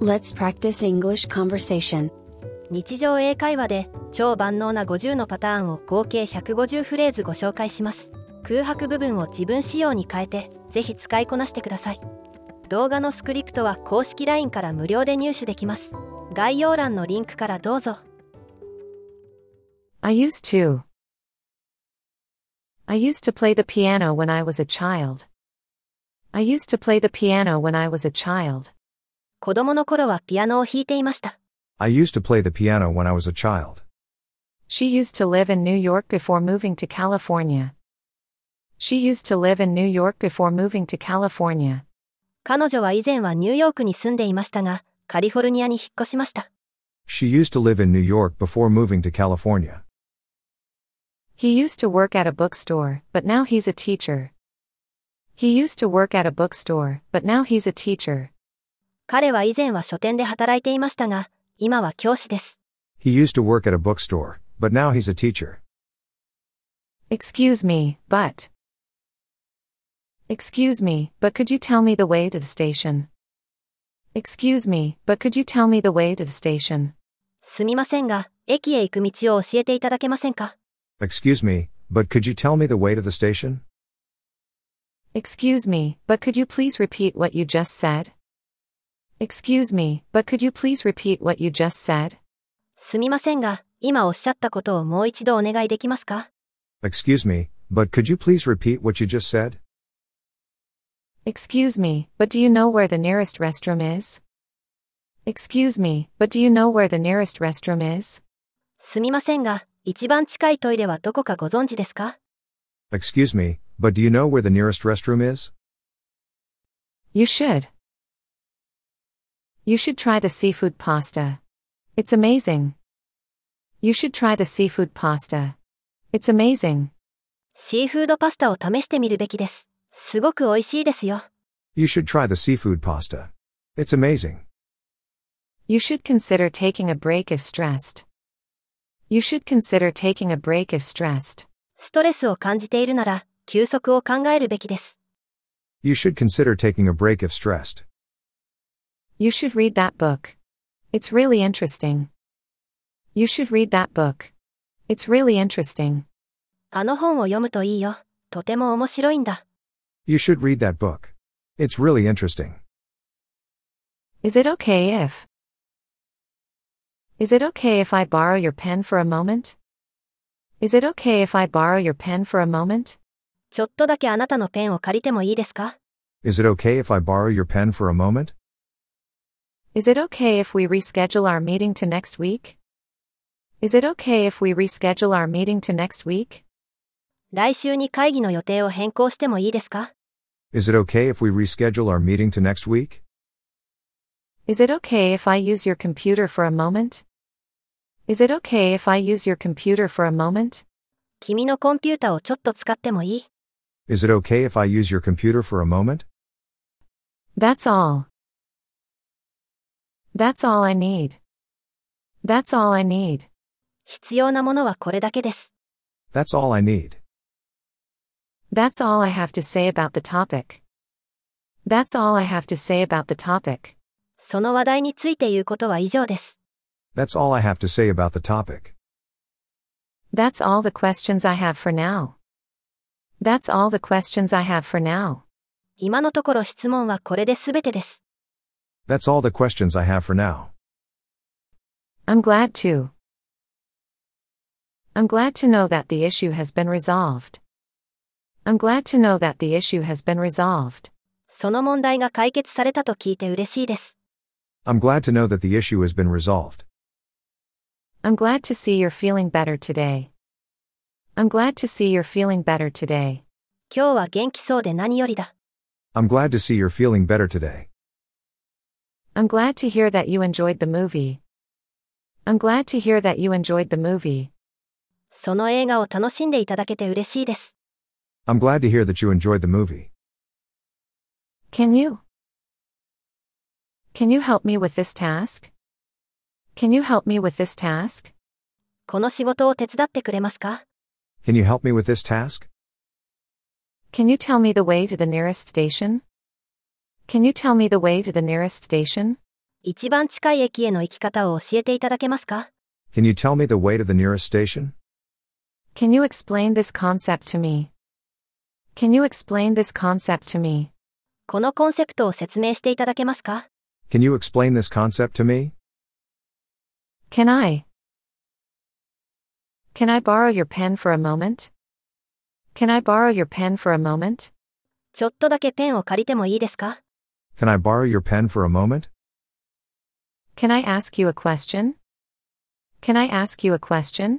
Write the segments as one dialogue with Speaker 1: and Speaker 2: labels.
Speaker 1: Let's practice English conversation.
Speaker 2: 日常英会話で超万能な50のパターンを合計150フレーズご紹介します空白部分を自分仕様に変えてぜひ使いこなしてください動画のスクリプトは公式 LINE から無料で入手できます概要欄のリンクからどうぞ
Speaker 3: I used to. I used to play the piano when I was a child. I used to play the piano when I was a child.
Speaker 2: 子供の頃はピアノを弾いていました
Speaker 4: I used to play the piano when I was a child.
Speaker 3: She used to live in New York before moving to California. She used to live in New York before moving to California.
Speaker 2: 彼女は以前はニューヨークに住んでいましたがカリフォルニアに引っ越しました
Speaker 4: She used to live in New York before moving to California.
Speaker 3: He used to work at a bookstore, but now he's a teacher. He used to work at a bookstore, but now he's a teacher.
Speaker 2: 彼は以前は書店で働いていましたが今は教師です
Speaker 4: He used to work at a bookstore, but now he's a teacher.
Speaker 3: Excuse me, but. Excuse me, but could you tell me the way to the station? Excuse me, but could you tell me the way to the station?
Speaker 2: すみませんが駅へ行く道を教えていただけませんか
Speaker 4: Excuse me, but could you tell me the way to the station?
Speaker 3: Excuse me, but could you please repeat what you just said? Excuse me, but could you please repeat what you just said?
Speaker 2: すみませんが今おっしゃったことをもう一度お願いできますか
Speaker 4: Excuse me, but could you please repeat what you just said?
Speaker 3: Excuse me, but do you know where the nearest restroom is? Excuse me, but do you know where the nearest restroom is?
Speaker 2: すみませんが一番近いトイレはどこかご存知ですか
Speaker 4: Excuse me, but do you know where the nearest restroom is?
Speaker 3: You should. You should try the seafood pasta. It's amazing. You should try the seafood pasta. It's amazing.
Speaker 2: シーフードパスタを試してみるべきですすごく美味しいですよ
Speaker 4: You should try the seafood pasta. It's amazing.
Speaker 3: You should consider taking a break if stressed. You should consider taking a break if stressed.
Speaker 2: ストレスを感じているなら休息を考えるべきです
Speaker 4: You should consider taking a break if stressed.
Speaker 3: You should read that book. It's really interesting. You should read that book. It's really interesting.
Speaker 2: あの本を読むといいよとても面白いんだ
Speaker 4: You should read that book. It's really interesting.
Speaker 3: Is it okay if? Is it okay if I borrow your pen for a moment? Is it okay if I borrow your pen for a moment?
Speaker 2: ちょっとだけあなたのペンを借りてもいいですか
Speaker 4: Is it okay if I borrow your pen for a moment?
Speaker 3: Is it okay if we reschedule our meeting to next week? Is it okay if we reschedule our meeting to next week?
Speaker 2: 来週に会議の予定を変更してもいいですか
Speaker 4: Is it okay if we reschedule our meeting to next week?
Speaker 3: Is it okay if I use your computer for a moment? Is it okay if I use your computer for a moment?
Speaker 2: 君のコンピュータをちょっと使ってもいい
Speaker 4: Is it okay if I use your computer for a moment?
Speaker 3: That's all. That's all I need. That's all I need.
Speaker 2: 必要なものはこれだけです。
Speaker 4: That's all I need.
Speaker 3: That's all I have to say about the topic. That's all I have to say about the topic.
Speaker 2: その話題について言うことは以上です。
Speaker 4: That's all I have to say about the topic.
Speaker 3: That's all the questions I have for now. That's all the questions I have for now.
Speaker 2: 今のところ質問はこれで全てです。
Speaker 4: That's all the questions I have for now.
Speaker 3: I'm glad to. I'm glad to know that the issue has been resolved. I'm glad to know that the issue has been resolved.
Speaker 2: その問題が解決されたと聞いて嬉しいです。
Speaker 4: I'm glad to know that the issue has been resolved.
Speaker 3: I'm glad to see you're feeling better today. I'm glad to see you're feeling better today.
Speaker 2: 今日は元気そうで何よりだ。
Speaker 4: I'm glad to see you're feeling better today.
Speaker 3: I'm glad to hear that you enjoyed the movie. I'm glad to hear that you enjoyed the movie.
Speaker 2: その映画を楽しんでいただけて嬉しいです。
Speaker 4: I'm glad to hear that you enjoyed the movie.
Speaker 3: Can you? Can you help me with this task? Can you help me with this task?
Speaker 2: この仕事を手伝ってくれますか
Speaker 4: Can you help me with this task?
Speaker 3: Can you tell me the way to the nearest station? Can you tell me the way to the nearest station?
Speaker 2: 一番近い駅への行き方を教えていただけますか
Speaker 4: Can you tell me the way to the nearest station?
Speaker 3: Can you explain this concept to me? Can you explain this concept to me?
Speaker 2: このコンセプトを説明していただけますか
Speaker 4: Can you explain this concept to me?
Speaker 3: Can I? Can I borrow your pen for a moment? Can I borrow your pen for a moment?
Speaker 2: ちょっとだけペンを借りてもいいですか
Speaker 4: Can I borrow your pen for a moment?
Speaker 3: Can I ask you a question? Can I ask you a question?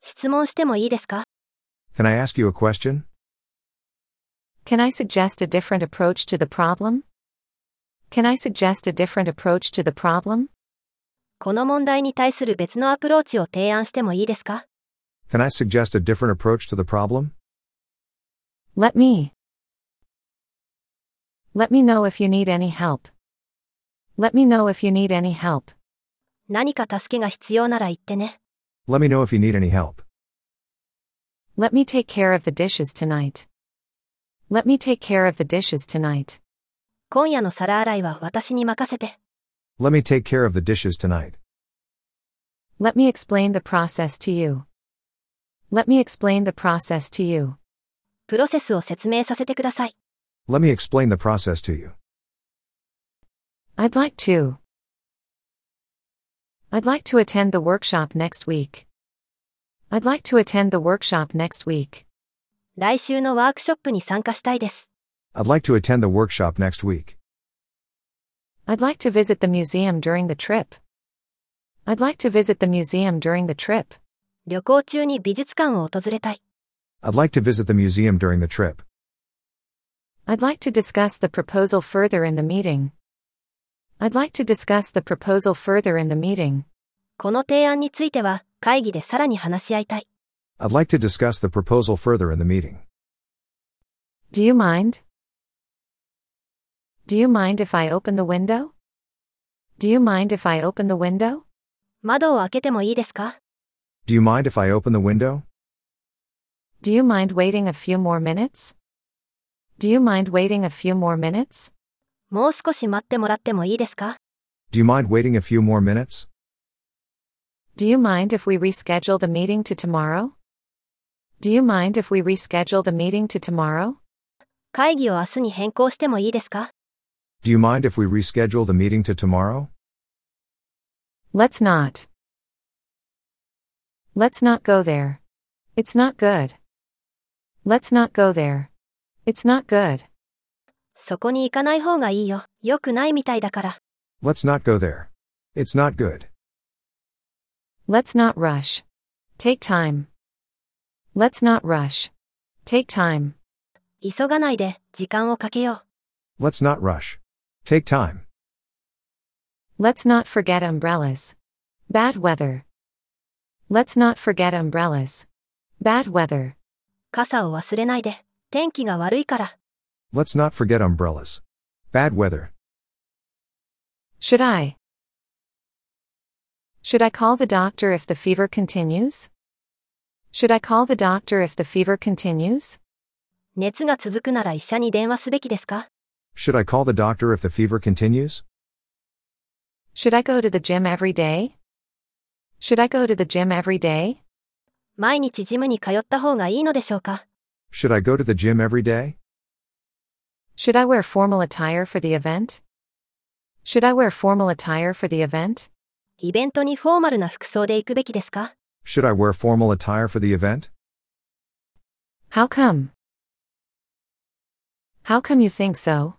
Speaker 2: 質問してもいいですか
Speaker 4: Can I ask you a question?
Speaker 3: Can I suggest a different approach to the problem? Can I suggest a different approach to the problem?
Speaker 2: この問題に対する別のアプローチを提案してもいいですか
Speaker 4: Can I suggest a different approach to the problem?
Speaker 3: Let me. Let me know if you need any help. Let me know if you need any help.
Speaker 2: 何か助けが必要なら言ってね。
Speaker 4: Let me know if you need any help.
Speaker 3: Let me take care of the dishes tonight. Let me take care of the dishes tonight.
Speaker 2: 今夜の皿洗いは私に任せて。
Speaker 4: Let me take care of the dishes tonight.
Speaker 3: Let me explain the process to you. Let me explain the process to you.
Speaker 2: プロセスを説明させてください。
Speaker 4: Let me explain the process to you.
Speaker 3: I'd like to. I'd like to attend the workshop next week. I'd like to attend the workshop next week.
Speaker 2: 来週のワークショップに参加したいです。
Speaker 4: I'd like to attend the workshop next week.
Speaker 3: I'd like to visit the museum during the trip. I'd like to visit the museum during the trip.
Speaker 2: 旅行中に美術館を訪れたい。
Speaker 4: I'd like to visit the museum during the trip.
Speaker 3: I'd like to discuss the proposal further in the meeting. I'd like to discuss the proposal further in the meeting.
Speaker 2: この提案については会議でさらに話し合いたい。
Speaker 4: I'd like to discuss the proposal further in the meeting.
Speaker 3: Do you mind? Do you mind if I open the window? Do you mind if I open the window?
Speaker 2: 窓を開けてもいいですか
Speaker 4: Do you mind if I open the window?
Speaker 3: Do you mind waiting a few more minutes? Do you mind waiting a few more minutes?
Speaker 2: もう少し待ってもらってもいいですか
Speaker 4: Do you mind waiting a few more minutes?
Speaker 3: Do you mind if we reschedule the meeting to tomorrow? Do you mind if we reschedule the meeting to tomorrow?
Speaker 2: 会議を明日に変更してもいいですか
Speaker 4: Do you mind if we reschedule the meeting to tomorrow?
Speaker 3: Let's not. Let's not go there. It's not good. Let's not go there. It's not good.
Speaker 2: そこに行かない方がいいよ。良くないみたいだから。
Speaker 4: Let's not go there. It's not good.
Speaker 3: Let's not rush. Take time. Let's not rush. Take time.
Speaker 2: 急がないで時間をかけよう。
Speaker 4: Let's not rush. Take time.
Speaker 3: Let's not forget umbrellas. Bad weather. Let's not forget umbrellas. Bad weather.
Speaker 2: 傘を忘れないで。天気が悪いから。
Speaker 4: Let's not forget umbrellas. Bad weather.
Speaker 3: Should I? Should I call the doctor if the fever continues? Should I call the doctor if the fever continues?
Speaker 2: 熱が続くなら医者に電話すべきですか
Speaker 4: Should I call the doctor if the fever continues?
Speaker 3: Should I go to the gym every day? Should I go to the gym every day?
Speaker 2: 毎日ジムに通った方がいいのでしょうか
Speaker 4: Should I go to the gym every day?
Speaker 3: Should I wear formal attire for the event? Should I wear formal attire for the event?
Speaker 2: イベントにフォーマルな服装で行くべきですか
Speaker 4: Should I wear formal attire for the event?
Speaker 3: How come? How come you think so?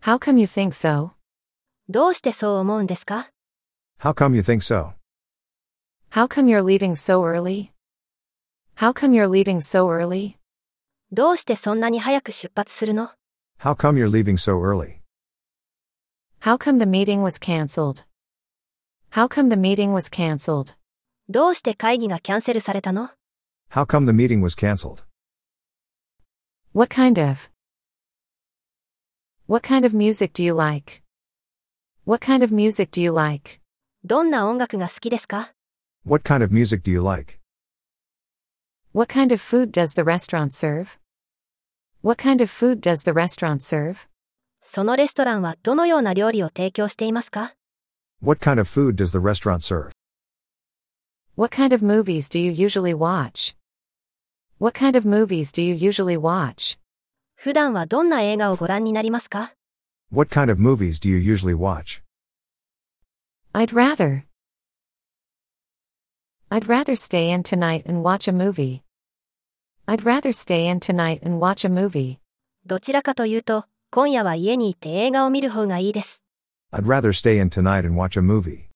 Speaker 3: How come you think so?
Speaker 2: どうしてそう思うんですか
Speaker 4: How come you think so?
Speaker 3: How come you're leaving so early? How come you're leaving so early?
Speaker 2: どうしてそんなに早く出発するの
Speaker 4: How come you're leaving so early?
Speaker 3: How come the meeting was cancelled? How come the meeting was cancelled?
Speaker 2: どうして会議がキャンセルされたの
Speaker 4: How come the meeting was canceled?
Speaker 3: What kind of? What kind of music do you like? What kind of music do you like?
Speaker 2: どんな音楽が好きですか
Speaker 4: What kind of music do you like?
Speaker 3: What kind of food does the restaurant serve? What kind of food does the restaurant serve?
Speaker 2: そのレストランはどのような料理を提供していますか
Speaker 4: What kind of food does the restaurant serve?
Speaker 3: What kind of movies do you usually watch? What kind of movies do you usually watch?
Speaker 2: 普段はどんな映画をご覧になりますか
Speaker 4: What kind of movies do you usually watch?
Speaker 3: I'd rather. I'd rather stay in tonight and watch a movie. I'd rather stay in tonight and watch a movie.
Speaker 2: どちらかというと、今夜は家にいて映画を見る方がいいです。
Speaker 4: I'd rather stay in tonight and watch a movie.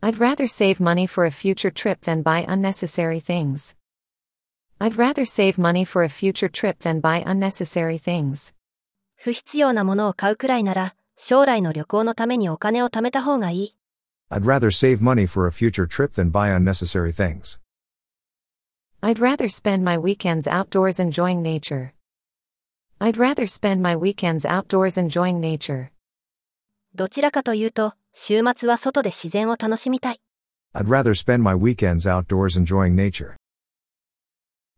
Speaker 3: I'd rather save money for a future trip than buy unnecessary things. I'd rather save money for a future trip than buy unnecessary things.
Speaker 2: 不必要なものを買うくらいなら、将来の旅行のためにお金を貯めた方がいい。
Speaker 4: I'd rather save money for a future trip than buy unnecessary things.
Speaker 3: I'd rather spend my weekends outdoors enjoying nature. I'd rather spend my weekends outdoors enjoying nature.
Speaker 2: どちらかというと、週末は外で自然を楽しみたい。
Speaker 4: I'd rather spend my weekends outdoors enjoying nature.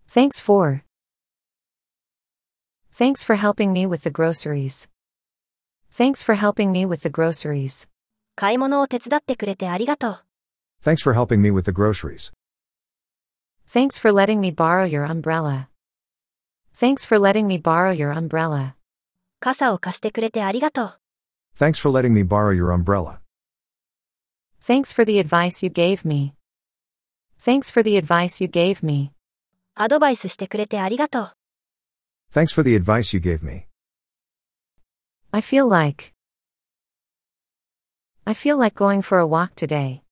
Speaker 3: Thanks for. Thanks for helping me with the groceries. Thanks for helping me with the groceries.
Speaker 2: 買い物を手伝ってくれてありがとう。
Speaker 4: Thanks for helping me with the groceries.
Speaker 3: Thanks for letting me borrow your umbrella. Thanks for letting me borrow your umbrella.
Speaker 2: 傘を貸してくれてありがとう。
Speaker 4: Thanks for letting me borrow your umbrella.
Speaker 3: Thanks for the advice you gave me. Thanks for the advice you gave me.
Speaker 2: アドバイスしてくれてありがとう。
Speaker 4: Thanks for the advice you gave me.
Speaker 3: I feel like. I feel like going for a walk today.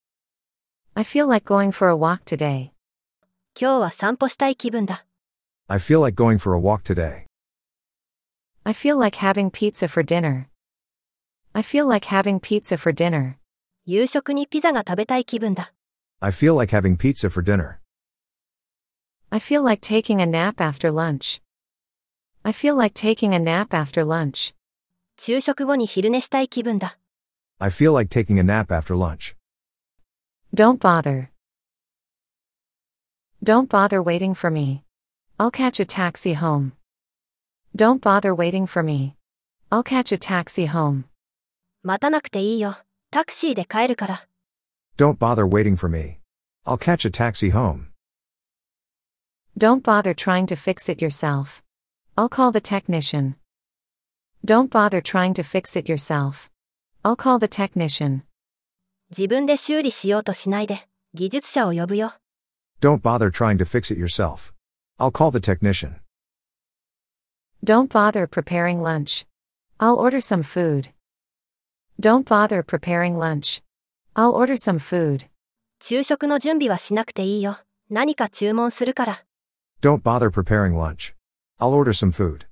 Speaker 3: I feel like going for a walk today.
Speaker 2: 今日は散歩したい気分だ。
Speaker 4: I feel like going for a walk today.
Speaker 3: I feel like having pizza for dinner. I feel like having pizza for dinner.
Speaker 2: 夕食にピザが食べたい気分だ。
Speaker 4: I feel like having pizza for dinner.
Speaker 3: I feel like taking a nap after lunch. I feel like taking a nap after lunch.
Speaker 2: 昼食後に昼寝したい気分だ。
Speaker 4: I feel like taking a nap after lunch.
Speaker 3: Don't bother. Don't bother waiting for me. I'll catch a taxi home. Don't bother waiting for me. I'll catch a taxi home.
Speaker 2: 待たなくていいよ。タクシーで帰るから。
Speaker 4: Don't bother waiting for me. I'll catch a taxi home.
Speaker 3: Don't bother trying to fix it yourself. I'll call the technician. Don't bother trying to fix it yourself. I'll call the technician.
Speaker 2: 自分で修理しようとしないで、技術者を呼ぶよ。
Speaker 4: Don't bother trying to fix it yourself. I'll call the technician.
Speaker 3: Don't bother preparing lunch. I'll order some food. Don't bother preparing lunch. I'll order some food.
Speaker 2: 昼食の準備はしなくていいよ。何か注文するから。
Speaker 4: Don't bother preparing lunch. I'll order some food.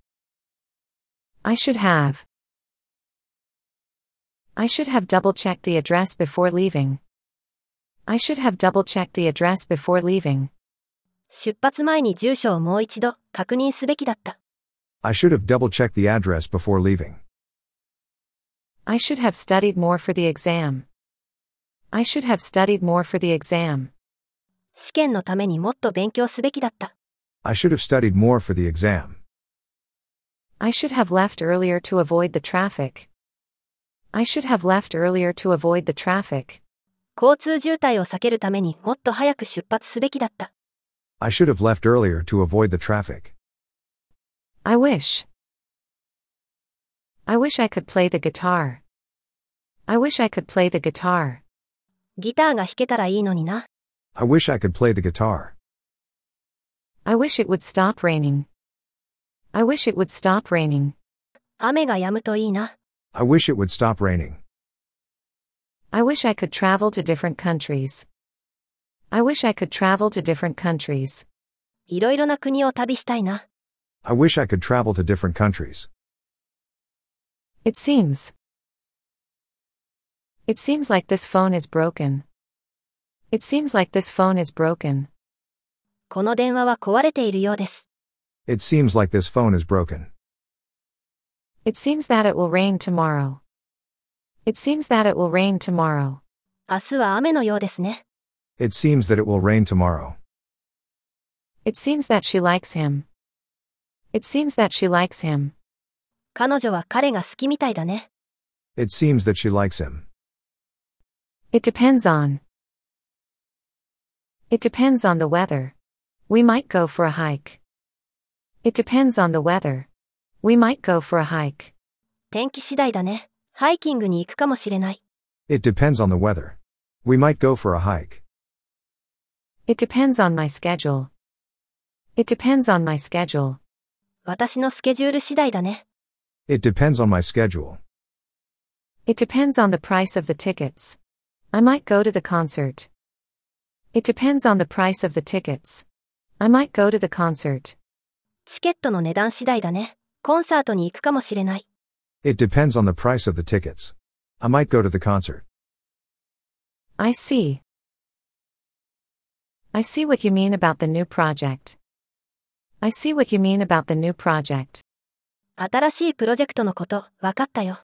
Speaker 3: I should have. I should have double checked the address before leaving. I should have double checked the address before leaving.
Speaker 2: 出発前に住所をもう一度確認すべきだった。
Speaker 4: I should have double checked the address before leaving.
Speaker 3: I should have studied more for the exam. I should have studied more for the exam.
Speaker 2: 試験のためにもっと勉強すべきだった。
Speaker 4: I should have studied more for the exam.
Speaker 3: I should have left earlier to avoid the traffic. I should have left earlier to avoid the traffic.
Speaker 2: 交通渋滞を避けるためにもっと早く出発すべきだった。
Speaker 4: I should have left earlier to avoid the traffic.
Speaker 3: I wish. I wish I could play the guitar. I wish I could play the guitar.
Speaker 2: ギターが弾けたらいいのにな。
Speaker 4: I wish I could play the guitar.
Speaker 3: I wish it would stop raining. I wish it would stop raining.
Speaker 2: 雨が止むといいな。
Speaker 4: I wish it would stop raining.
Speaker 3: I wish I could travel to different countries. I wish I could travel to different countries.
Speaker 2: いろいろな国を旅したいな。
Speaker 4: I wish I could travel to different countries.
Speaker 3: It seems. It seems like this phone is broken. It seems like this phone is broken.
Speaker 2: この電話は壊れているようです。
Speaker 4: It seems like this phone is broken.
Speaker 3: It seems that it will rain tomorrow. It seems that it will rain tomorrow.
Speaker 2: 明日は雨のようですね。
Speaker 4: It seems that it will rain tomorrow.
Speaker 3: It seems that she likes him. It seems that she likes him.
Speaker 2: 彼女は彼が好きみたいだね。
Speaker 4: It seems that she likes him.
Speaker 3: It depends on. It depends on the weather. We might go for a hike. It depends on the weather. We might go for a hike.
Speaker 2: 天気次第だね。ハイキングに行くかもしれない。
Speaker 4: It depends on the weather. We might go for a hike.
Speaker 3: It depends on my schedule. It depends on my schedule.
Speaker 2: 私のスケジュール次第だね。
Speaker 4: It depends on my schedule.
Speaker 3: It depends on the price of the tickets. I might go to the concert. It depends on the price of the tickets. I might go to the concert.
Speaker 2: チケットの値段次第だね。コンサートに行くかもしれない。
Speaker 4: It depends on the price of the tickets. I might go to the concert.
Speaker 3: I see. I see what you mean about the new project. I see what you mean about the new project.
Speaker 2: 新しいプロジェクトのこと、わかったよ。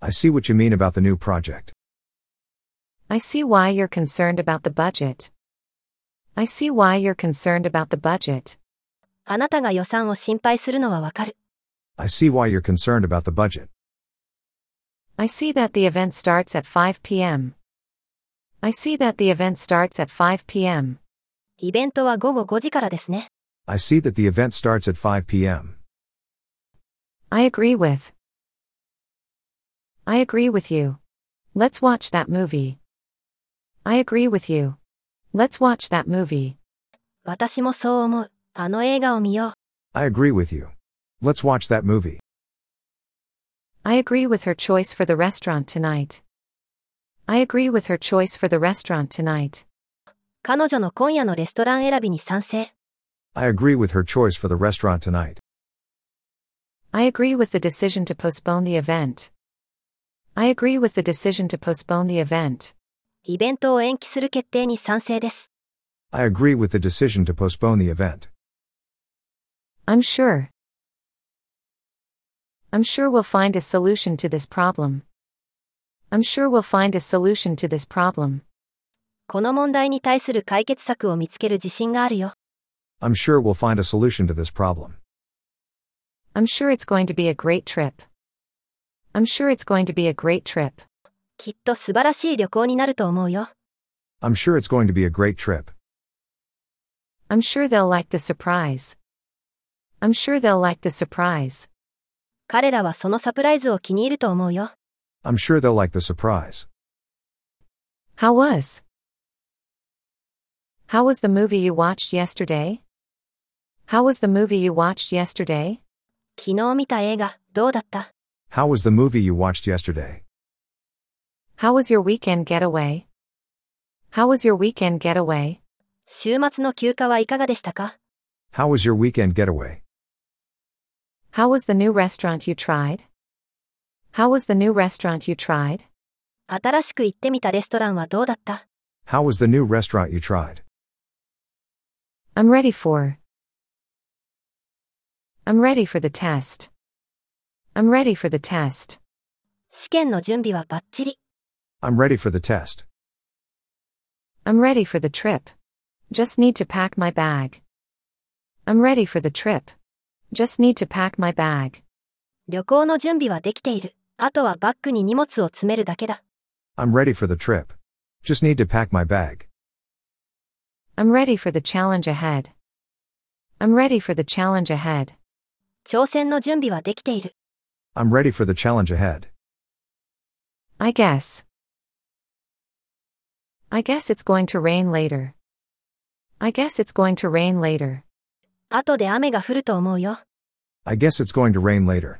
Speaker 4: I see what you mean about the new project.
Speaker 3: I see why you're concerned about the budget. I see why you're concerned about the budget.
Speaker 2: あなたが予算を心配するのはわかる。
Speaker 4: I see why you're concerned about the budget.
Speaker 3: I see that the event starts at 5 p.m. I see that the event starts at 5 p.m.
Speaker 2: イベントは午後5時からですね。
Speaker 4: I see that the event starts at 5 p.m.
Speaker 3: I agree with. I agree with you. Let's watch that movie. I agree with you. Let's watch that movie.
Speaker 2: 私もそう思う。あの映画を見よう。
Speaker 4: I agree with you. Let's watch that movie.
Speaker 3: I agree with her choice for the restaurant tonight. I agree with her choice for the restaurant tonight.
Speaker 2: 彼女の今夜のレストラン選びに賛成。
Speaker 4: I agree with her choice for the restaurant tonight.
Speaker 3: I agree with the decision to postpone the event. I agree with the decision to postpone the event.
Speaker 2: イベントを延期する決定に賛成です。
Speaker 4: I agree with the decision to postpone the event.
Speaker 3: I'm sure. I'm sure we'll find a solution to this problem. I'm sure we'll find a solution to this problem.
Speaker 2: この問題に対する解決策を見つける自信があるよ。
Speaker 4: I'm sure we'll find a solution to this problem.
Speaker 3: I'm sure it's going to be a great trip. I'm sure it's going to be a great trip.
Speaker 2: きっと素晴らしい旅行になると思うよ。
Speaker 4: I'm sure it's going to be a great trip.
Speaker 3: I'm sure they'll like the surprise. I'm sure they'll like the surprise.
Speaker 2: 彼らはそのサプライズを気に入ると思うよ。
Speaker 4: I'm sure they'll like the surprise.
Speaker 3: How was? How was the movie you watched yesterday? How was the movie you watched yesterday?
Speaker 2: 昨日見た映画、どうだった
Speaker 4: How was the movie you watched yesterday?
Speaker 3: How was your weekend getaway? How was your weekend getaway?
Speaker 2: 週末の休暇はいかがでしたか
Speaker 4: How was your weekend getaway?
Speaker 3: How was the new restaurant you tried? How was the new restaurant you tried?
Speaker 2: 新しく行ってみたレストランはどうだった
Speaker 4: How was the new restaurant you tried?
Speaker 3: I'm ready for. I'm ready for the test. I'm ready for the test.
Speaker 2: 試験の準備はバッチリ。
Speaker 4: I'm ready for the test.
Speaker 3: I'm ready for the trip. Just need to pack my bag. I'm ready for the trip. Just need to pack my bag.
Speaker 2: 旅行の準備はできている。あとはバッグに荷物を詰めるだけだ。
Speaker 4: I'm ready for the trip. Just need to pack my bag.
Speaker 3: I'm ready for the challenge ahead. I'm ready for the challenge ahead.
Speaker 2: 挑戦の準備はできている。
Speaker 4: I'm ready for the challenge ahead.
Speaker 3: I guess. I guess it's going to rain later. I guess it's going to rain later.
Speaker 2: 後で雨が降ると思うよ。
Speaker 4: I guess it's going to rain later.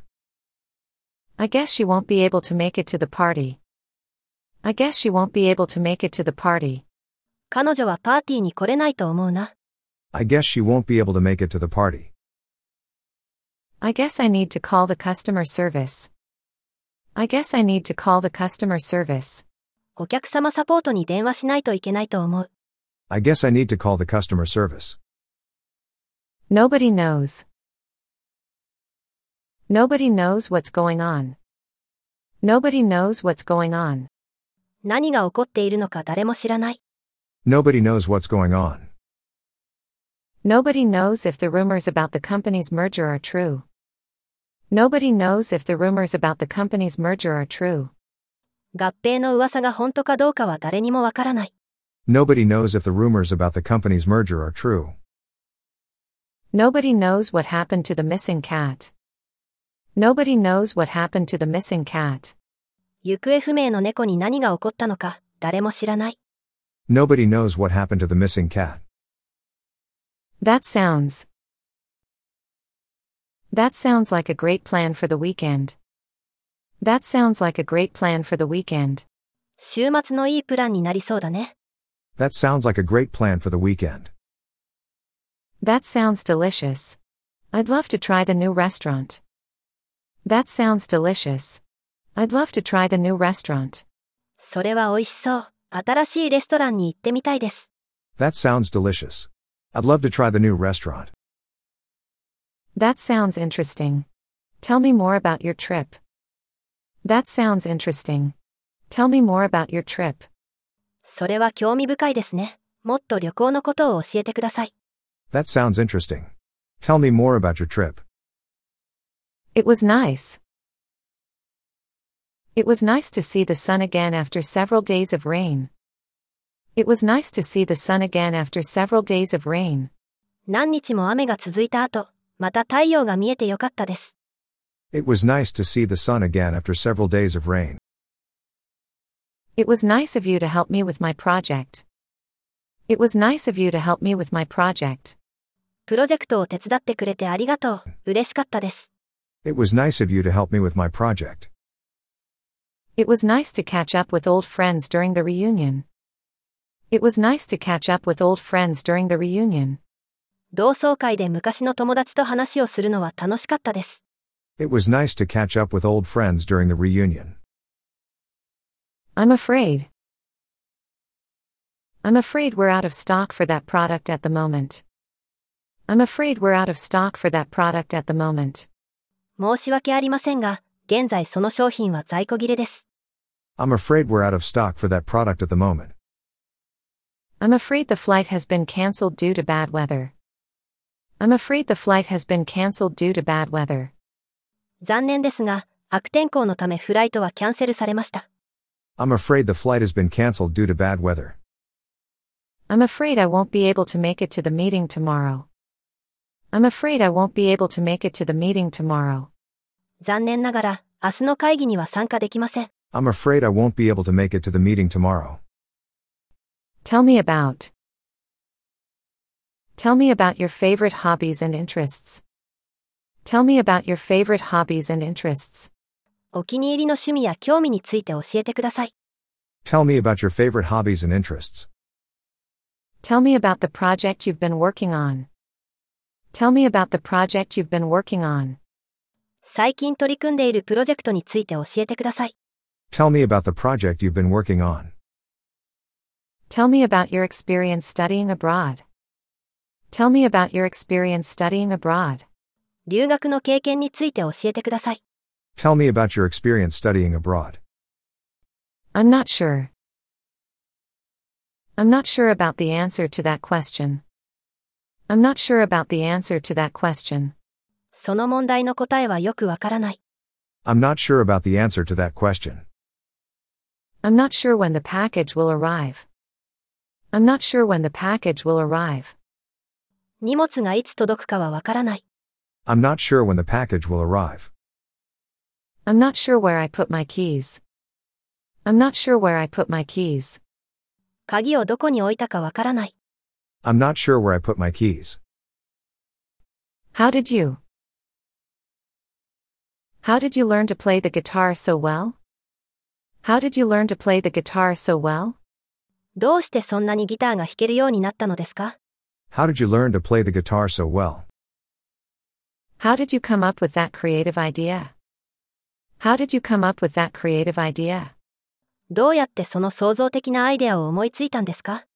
Speaker 3: I guess she won't be able to make it to the party. I guess she won't be able to make it to the party.
Speaker 2: 彼女はパーティーに来れないと思うな。
Speaker 4: I guess she won't be able to make it to the party.
Speaker 3: I guess I need to call the customer service. I guess I need to call the customer service.
Speaker 2: お客様サポートに電話しないといけないと思う。
Speaker 4: I guess I need to call the customer service.
Speaker 3: Nobody knows. Nobody knows what's going on. Nobody knows what's going on.
Speaker 2: 何が起こっているのか誰も知らない。
Speaker 4: Nobody knows what's going on.
Speaker 3: Nobody knows if the rumors about the company's merger are true. Nobody knows if the rumors about the company's merger are true.
Speaker 2: 合併の噂が本当かどうかは誰にもわからない。
Speaker 4: Nobody knows if the rumors about the company's merger are true.
Speaker 3: Nobody knows what happened to the missing cat. Nobody knows what happened to the missing cat.
Speaker 2: 行方不明の猫に何が起こったのか、誰も知らない。
Speaker 4: Nobody knows what happened to the missing cat.
Speaker 3: That sounds. That sounds like a great plan for the weekend. That sounds like a great plan for the weekend.
Speaker 2: 週末のいいプランになりそうだね。
Speaker 4: That sounds like a great plan for the weekend.
Speaker 3: That sounds delicious. I'd love to try the new restaurant. That sounds delicious. I'd love to try the new restaurant.
Speaker 2: それは美味しそう。新しいレストランに行ってみたいです。
Speaker 4: That sounds delicious. I'd love to try the new restaurant.
Speaker 3: That sounds interesting. Tell me more about your trip. That sounds interesting. Tell me more about your trip.
Speaker 2: それは興味深いですね。もっと旅行のことを教えてください。
Speaker 4: That sounds interesting. Tell me more about your trip.
Speaker 3: It was nice. It was nice to see the sun again after several days of rain. It was nice to see the sun again after several days of rain.
Speaker 2: 何日も雨が続いた後、また太陽が見えてよかったです。
Speaker 4: It was nice to see the sun again after several days of rain.
Speaker 3: It was nice of you to help me with my project. It was nice of you to help me with my project.
Speaker 2: プロジェクトを手伝ってくれてありがとう。嬉しかったです。
Speaker 4: It was nice of you to help me with my project.
Speaker 3: It was nice to catch up with old friends during the reunion. It was nice to catch up with old friends during the reunion.
Speaker 2: 同窓会で昔の友達と話をするのは楽しかったです。
Speaker 4: It was nice to catch up with old friends during the reunion.
Speaker 3: I'm afraid. I'm afraid we're out of stock for that product at the moment. I'm afraid we're out of stock for that product at the moment.
Speaker 2: 申し訳ありませんが、現在その商品は在庫切れです。
Speaker 4: I'm afraid we're out of stock for that product at the moment.
Speaker 3: I'm afraid the flight has been cancelled due to bad weather. I'm afraid the flight has been cancelled due to bad weather.
Speaker 2: 残念ですが、悪天候のためフライトはキャンセルされました。
Speaker 4: I'm afraid the flight has been canceled due to bad weather.
Speaker 3: I'm afraid I won't be able to make it to the meeting tomorrow. I'm afraid I won't be able to make it to the meeting tomorrow.
Speaker 2: 残念ながら、明日の会議には参加できません。
Speaker 4: I'm afraid I won't be able to make it to the meeting tomorrow.
Speaker 3: Tell me about. Tell me about your favorite hobbies and interests. Tell me about your favorite hobbies and interests.
Speaker 2: お気に入りの趣味や興味について教えてください。
Speaker 4: Tell me about your favorite hobbies and interests.
Speaker 3: Tell me about the project you've been working on. Tell me about the project you've been working on.
Speaker 2: 最近取り組んでいるプロジェクトについて教えてください。
Speaker 4: Tell me about the project you've been working on.
Speaker 3: Tell me about your experience studying abroad. Tell me about your experience studying abroad.
Speaker 2: 留学の経験について教えてください。
Speaker 4: Tell me about your experience studying abroad.
Speaker 3: I'm not sure. I'm not sure about the answer to that question. I'm not sure about the answer to that question.
Speaker 2: その問題の答えはよくわからない。
Speaker 4: I'm not sure about the answer to that question.
Speaker 3: I'm not sure when the package will arrive. I'm not sure when the package will arrive.
Speaker 2: 荷物がいつ届くかはわからない。
Speaker 4: I'm not sure when the package will arrive.
Speaker 3: I'm not sure where I put my keys. I'm not sure where I put my keys.
Speaker 2: 鍵をどこに置いたかわからない。
Speaker 4: I'm not sure where I put my keys.
Speaker 3: How did you? How did you learn to play the guitar so well? How did you learn to play the guitar so well?
Speaker 2: どうしてそんなにギターが弾けるようになったのですか
Speaker 4: How did you learn to play the guitar so well?
Speaker 3: How did you come up with that creative idea? How did you come up with that creative idea?
Speaker 2: どうやってその創造的なアイデアを思いついたんですか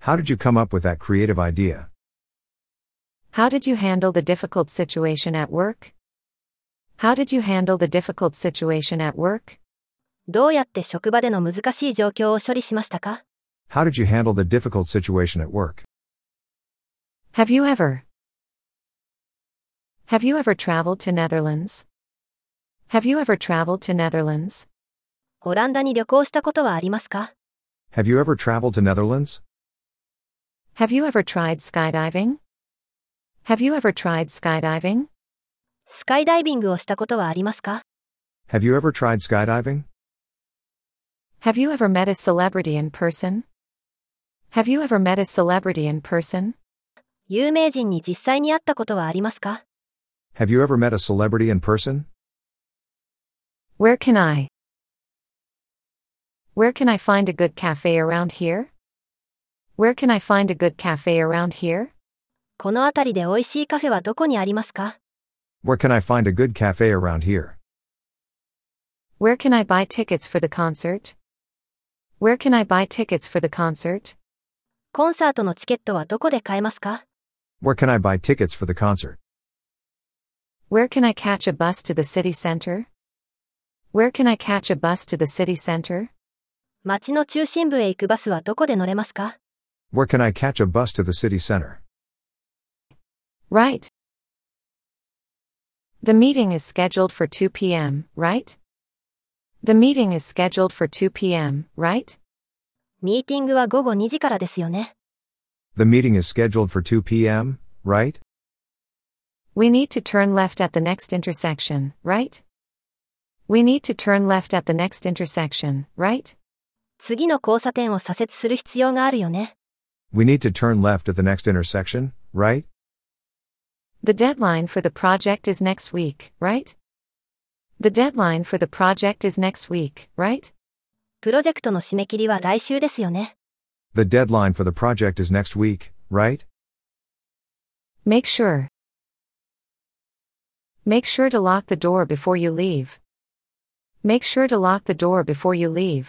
Speaker 4: How did you come up with that creative idea?
Speaker 3: How did you handle the difficult situation at work? How did you handle the difficult situation at work?
Speaker 2: どうやって職場での難しい状況を処理しましたか
Speaker 4: How did you handle the difficult situation at work?
Speaker 3: Have you ever? Have you ever traveled to Netherlands? Have you ever traveled to Netherlands?
Speaker 2: オランダに旅行したことはありますか
Speaker 4: Have you ever traveled to Netherlands?
Speaker 3: Have you ever tried skydiving? Have you ever tried skydiving?
Speaker 2: スカイダイビングをしたことはありますか
Speaker 4: Have you ever tried skydiving?
Speaker 3: Have you ever met a celebrity in person? Have you ever met a celebrity in person?
Speaker 2: 有名人に実際に会ったことはありますか
Speaker 4: Have you ever met a celebrity in person?
Speaker 3: Where can I? Where can I find a good cafe around here? Where can I find a good cafe around here?
Speaker 2: この辺りで美味しいカフェはどこにありますか
Speaker 4: Where can I find a good cafe around here?
Speaker 3: Where can I buy tickets for the concert? Where can I buy tickets for the concert?
Speaker 2: コンサートのチケットはどこで買えますか
Speaker 4: Where can I buy tickets for the concert?
Speaker 3: Where can I catch a bus to the city center? Where can I catch a bus to the city center?
Speaker 2: 街の中心部へ行くバスはどこで乗れますか
Speaker 4: Where can I catch a bus to the city center?
Speaker 3: Right. The meeting is scheduled for 2 p.m., right? The meeting is scheduled for 2 p.m., right?
Speaker 2: ミーティングは午後2時からですよね。
Speaker 4: The meeting is scheduled for 2 p.m., right?
Speaker 3: We need to turn left at the next intersection, right? We need to turn left at the next intersection, right?
Speaker 2: 次の交差点を左折する必要があるよね。
Speaker 4: We need to turn left at the next intersection, right?
Speaker 3: The deadline for the project is next week, right? The deadline for the project is next week, right?
Speaker 2: プロジェクトの締め切りは来週ですよね。
Speaker 4: The deadline for the project is next week, right?
Speaker 3: Make sure. Make sure to lock the door before you leave. Make sure to lock the door before you leave.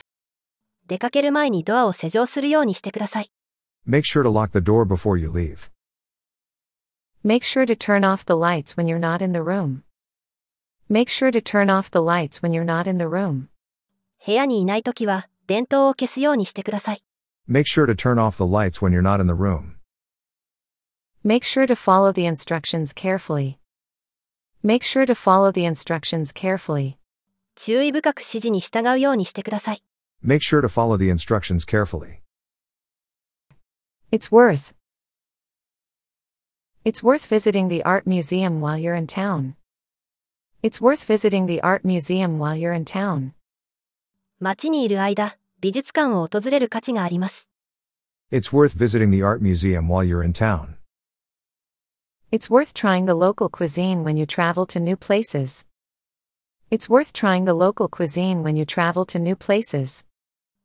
Speaker 2: 出かける前にドアを施錠するようにしてください。
Speaker 4: Make sure to lock the door before you leave.
Speaker 3: Make sure to turn off the lights when you're not in the room. Make sure to turn off the lights when you're not in the room.
Speaker 2: 部屋にいないときは、電灯を消すようにしてください。
Speaker 4: Make sure to turn off the lights when you're not in the room.
Speaker 3: Make sure to follow the instructions carefully. Make sure to follow the instructions carefully.
Speaker 2: 注意深く指示に従うようにしてください。
Speaker 4: Make sure to follow the instructions carefully.
Speaker 3: It's worth. It's worth visiting the art museum while you're in town. It's worth visiting the art museum while you're in town.
Speaker 2: 街にいる間、美術館を訪れる価値があります。
Speaker 4: It's worth visiting the art museum while you're in town.
Speaker 3: It's worth trying the local cuisine when you travel to new places. It's worth trying the local cuisine when you travel to new places.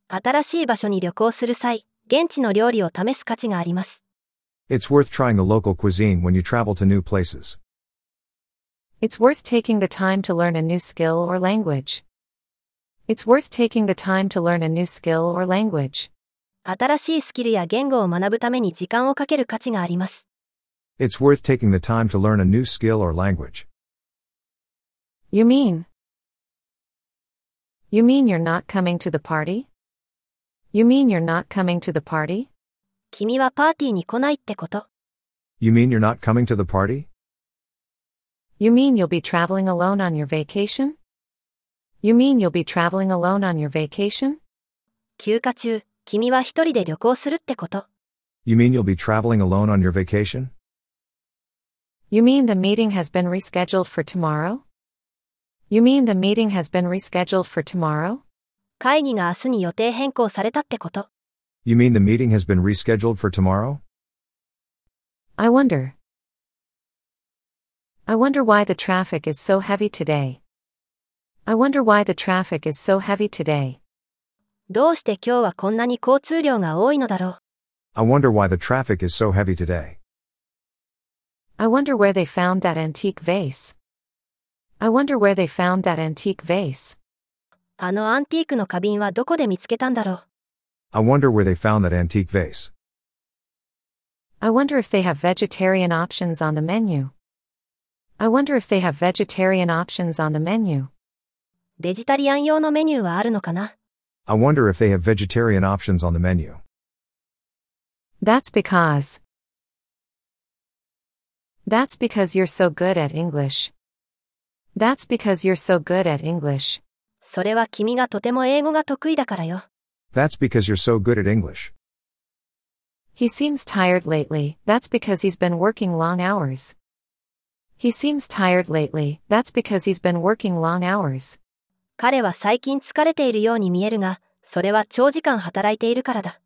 Speaker 2: 新しい場所に旅行する際、現地の料理を試す価値があります。
Speaker 4: It's worth trying the local cuisine when you travel to new places.
Speaker 3: It's worth taking the time to learn a new skill or language. It's worth taking the time to learn a new skill or language.
Speaker 2: 新しいスキルや言語を学ぶために時間をかける価値があります。
Speaker 4: It's worth taking the time to learn a new skill or language.
Speaker 3: You mean? You mean you're not coming to the party? You mean you're not coming to the party?
Speaker 2: 君はパーティーに来ないってこと。
Speaker 4: You mean you're not coming to the party?
Speaker 3: You mean you'll be traveling alone on your vacation? You mean you'll be traveling alone on your vacation?
Speaker 2: 休暇中、君は一人で旅行するってこと。
Speaker 4: You mean you'll be traveling alone on your vacation?
Speaker 3: You mean the meeting has been rescheduled for tomorrow? You mean the meeting has been rescheduled for tomorrow?
Speaker 2: 会議が明日に予定変更されたってこと。
Speaker 4: You mean the meeting has been rescheduled for tomorrow?
Speaker 3: I wonder. I wonder why the traffic is so heavy today. I wonder why the traffic is so heavy today.
Speaker 2: どうして今日はこんなに交通量が多いのだろう。
Speaker 4: I wonder why the traffic is so heavy today.
Speaker 3: I wonder where they found that antique vase. I wonder where they found that antique vase.
Speaker 2: あのアンティークの花瓶はどこで見つけたんだろう。
Speaker 4: I wonder where they found that antique vase.
Speaker 3: I wonder if they have vegetarian options on the menu. I wonder if they have vegetarian options on the menu.
Speaker 2: ベジタリアン用のメニューはあるのかな
Speaker 4: I wonder if they have vegetarian options on the menu.
Speaker 3: That's because. That's because you're so good at English. That's because you're so good at English.
Speaker 2: それは君がとても英語が得意だからよ。
Speaker 4: That's because you're so good at English.
Speaker 3: He seems tired lately, that's because he's been working long hours. He seems tired lately, that's because he's been working long hours.
Speaker 2: 彼は最近疲れているように見えるが、それは長時間働いているからだ。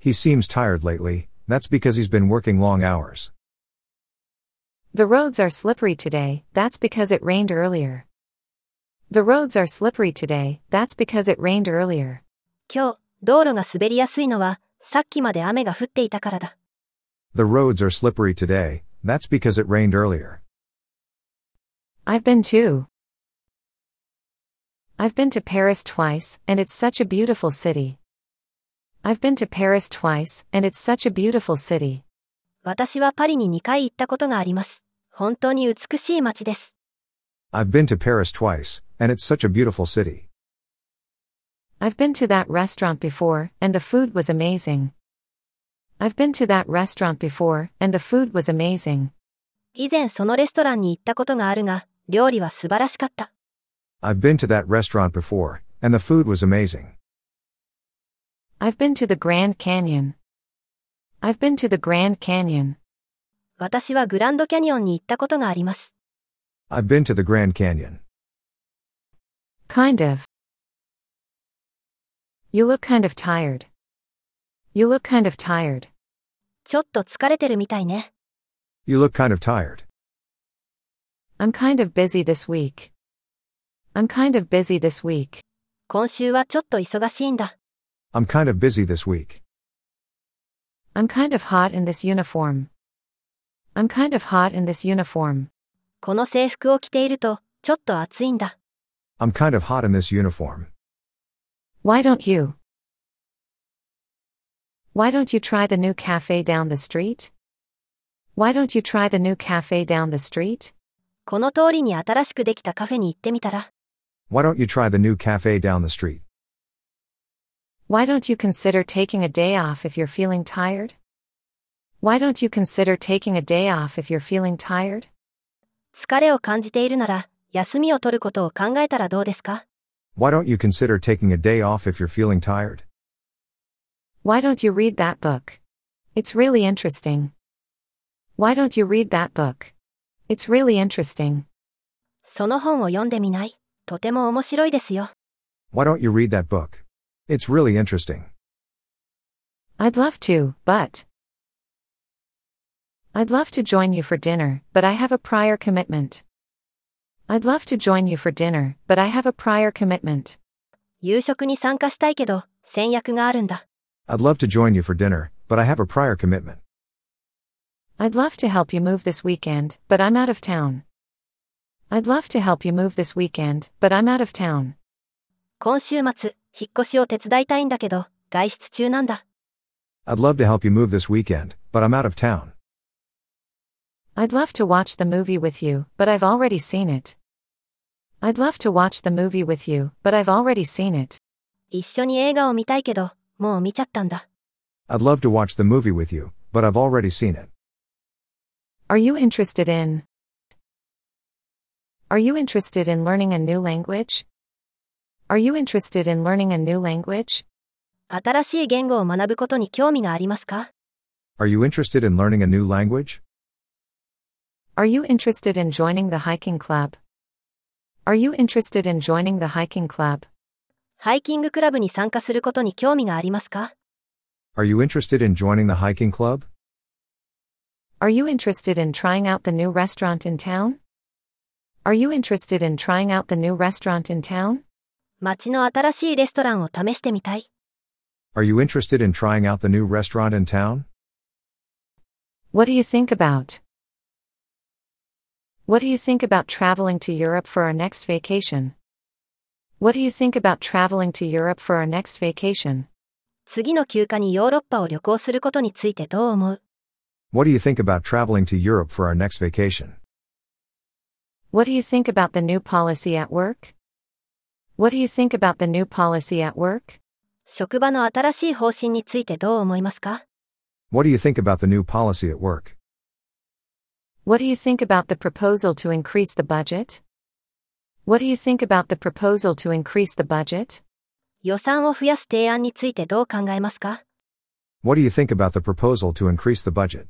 Speaker 4: He seems tired lately, that's because he's been working long hours.
Speaker 3: The roads are slippery today, that's because it rained earlier. The roads are slippery today, that's because it rained earlier.
Speaker 2: 今日、道路が滑りやすいのは、さっきまで雨が降っていたからだ。
Speaker 4: The roads are slippery today, that's because it rained earlier.
Speaker 3: I've been too. I've been to Paris twice, and it's such a beautiful city. I've been to Paris twice, and it's such a beautiful city.
Speaker 2: 私はパリに2回行ったことがあります。本当に美しい街です。
Speaker 4: I've been to Paris twice, and it's such a beautiful city.
Speaker 3: I've been to that restaurant before, and the food was amazing. I've been to that restaurant before, and the food was amazing.
Speaker 2: 以前そのレストランに行ったことがあるが、料理は素晴らしかった。
Speaker 4: I've been to that restaurant before, and the food was amazing.
Speaker 3: I've been to the Grand Canyon. I've been to the Grand Canyon.
Speaker 2: 私はグランドキャニオンに行ったことがあります。
Speaker 4: I've been to the Grand Canyon.
Speaker 3: Kind of. You look kind of tired. You look kind of tired.
Speaker 2: ちょっと疲れてるみたいね。
Speaker 4: You look kind of tired.
Speaker 3: I'm kind of busy this week. I'm kind of busy this week.
Speaker 2: 今週はちょっと忙しいんだ。
Speaker 4: I'm kind of busy this week.
Speaker 3: I'm kind of hot in this uniform. I'm kind of hot in this uniform.
Speaker 2: この制服を着ていると、ちょっと暑いんだ。
Speaker 4: I'm kind of hot in this uniform.
Speaker 3: Why don't you? Why don't you try the new cafe down the street? Why don't you try the new cafe down the street?
Speaker 2: この通りに新しくできたカフェに行ってみたら、
Speaker 4: Why don't you try the new cafe down the street?
Speaker 3: Why don't you consider taking a day off if you're feeling tired? Why don't you consider taking a day off if you're feeling tired?
Speaker 2: 疲れを感じているなら、休みを取ることを考えたらどうですか
Speaker 4: Why don't you consider taking a day off if you're feeling tired?
Speaker 3: Why don't you read that book? It's really interesting. Why don't you read that book? It's really interesting.
Speaker 2: その本を読んでみないとても面白いですよ。
Speaker 4: Why don't you read that book? It's really interesting.
Speaker 3: I'd love to, but. I'd love to join you for dinner, but I have a prior commitment. I'd love to join you for dinner, but I have a prior commitment.
Speaker 2: 夕食に参加したいけど、先約があるんだ。
Speaker 4: I'd love to join you for dinner, but I have a prior commitment.
Speaker 3: I'd love to help you move this weekend, but I'm out of town. I'd love to help you move this weekend, but I'm out of town.
Speaker 2: 今週末、引っ越しを手伝いたいんだけど、外出中なんだ。
Speaker 4: I'd love to help you move this weekend, but I'm out of town.
Speaker 3: I'd love to watch the movie with you, but I've already seen it. I'd love to watch the movie with you, but I've already seen it.
Speaker 2: 一緒に映画を見たいけど、もう見ちゃったんだ。
Speaker 4: I'd love to watch the movie with you, but I've already seen it.
Speaker 3: Are you interested in? Are you interested in learning a new language? Are you interested in learning a new language?
Speaker 2: 新しい言語を学ぶことに興味がありますか
Speaker 4: Are you interested in learning a new language?
Speaker 3: Are you interested in joining the hiking club? Are you interested in joining the hiking club?
Speaker 2: ハイキングクラブに参加することに興味がありますか
Speaker 4: Are you interested in joining the hiking club?
Speaker 3: Are you interested in trying out the new restaurant in town? Are you interested in trying out the new restaurant in town?
Speaker 2: 街の新しいレストランを試してみたい。
Speaker 4: Are you interested in trying out the new restaurant in town?
Speaker 3: What do you think about? What do you think about traveling to Europe for our next vacation? What do you think about traveling to Europe for our next vacation?
Speaker 2: 次の休暇にヨーロッパを旅行することについてどう思う
Speaker 4: What do you think about traveling to Europe for our next vacation?
Speaker 3: What do you think about the new policy at work? What do you think about the new policy at work?
Speaker 2: 職場の新しい方針についてどう思いますか
Speaker 4: What do you think about the new policy at work?
Speaker 3: What do you think about the proposal to increase the budget? What do you think about the proposal to increase the budget?
Speaker 2: 予算を増やす提案についてどう考えますか
Speaker 4: What do you think about the proposal to increase the budget?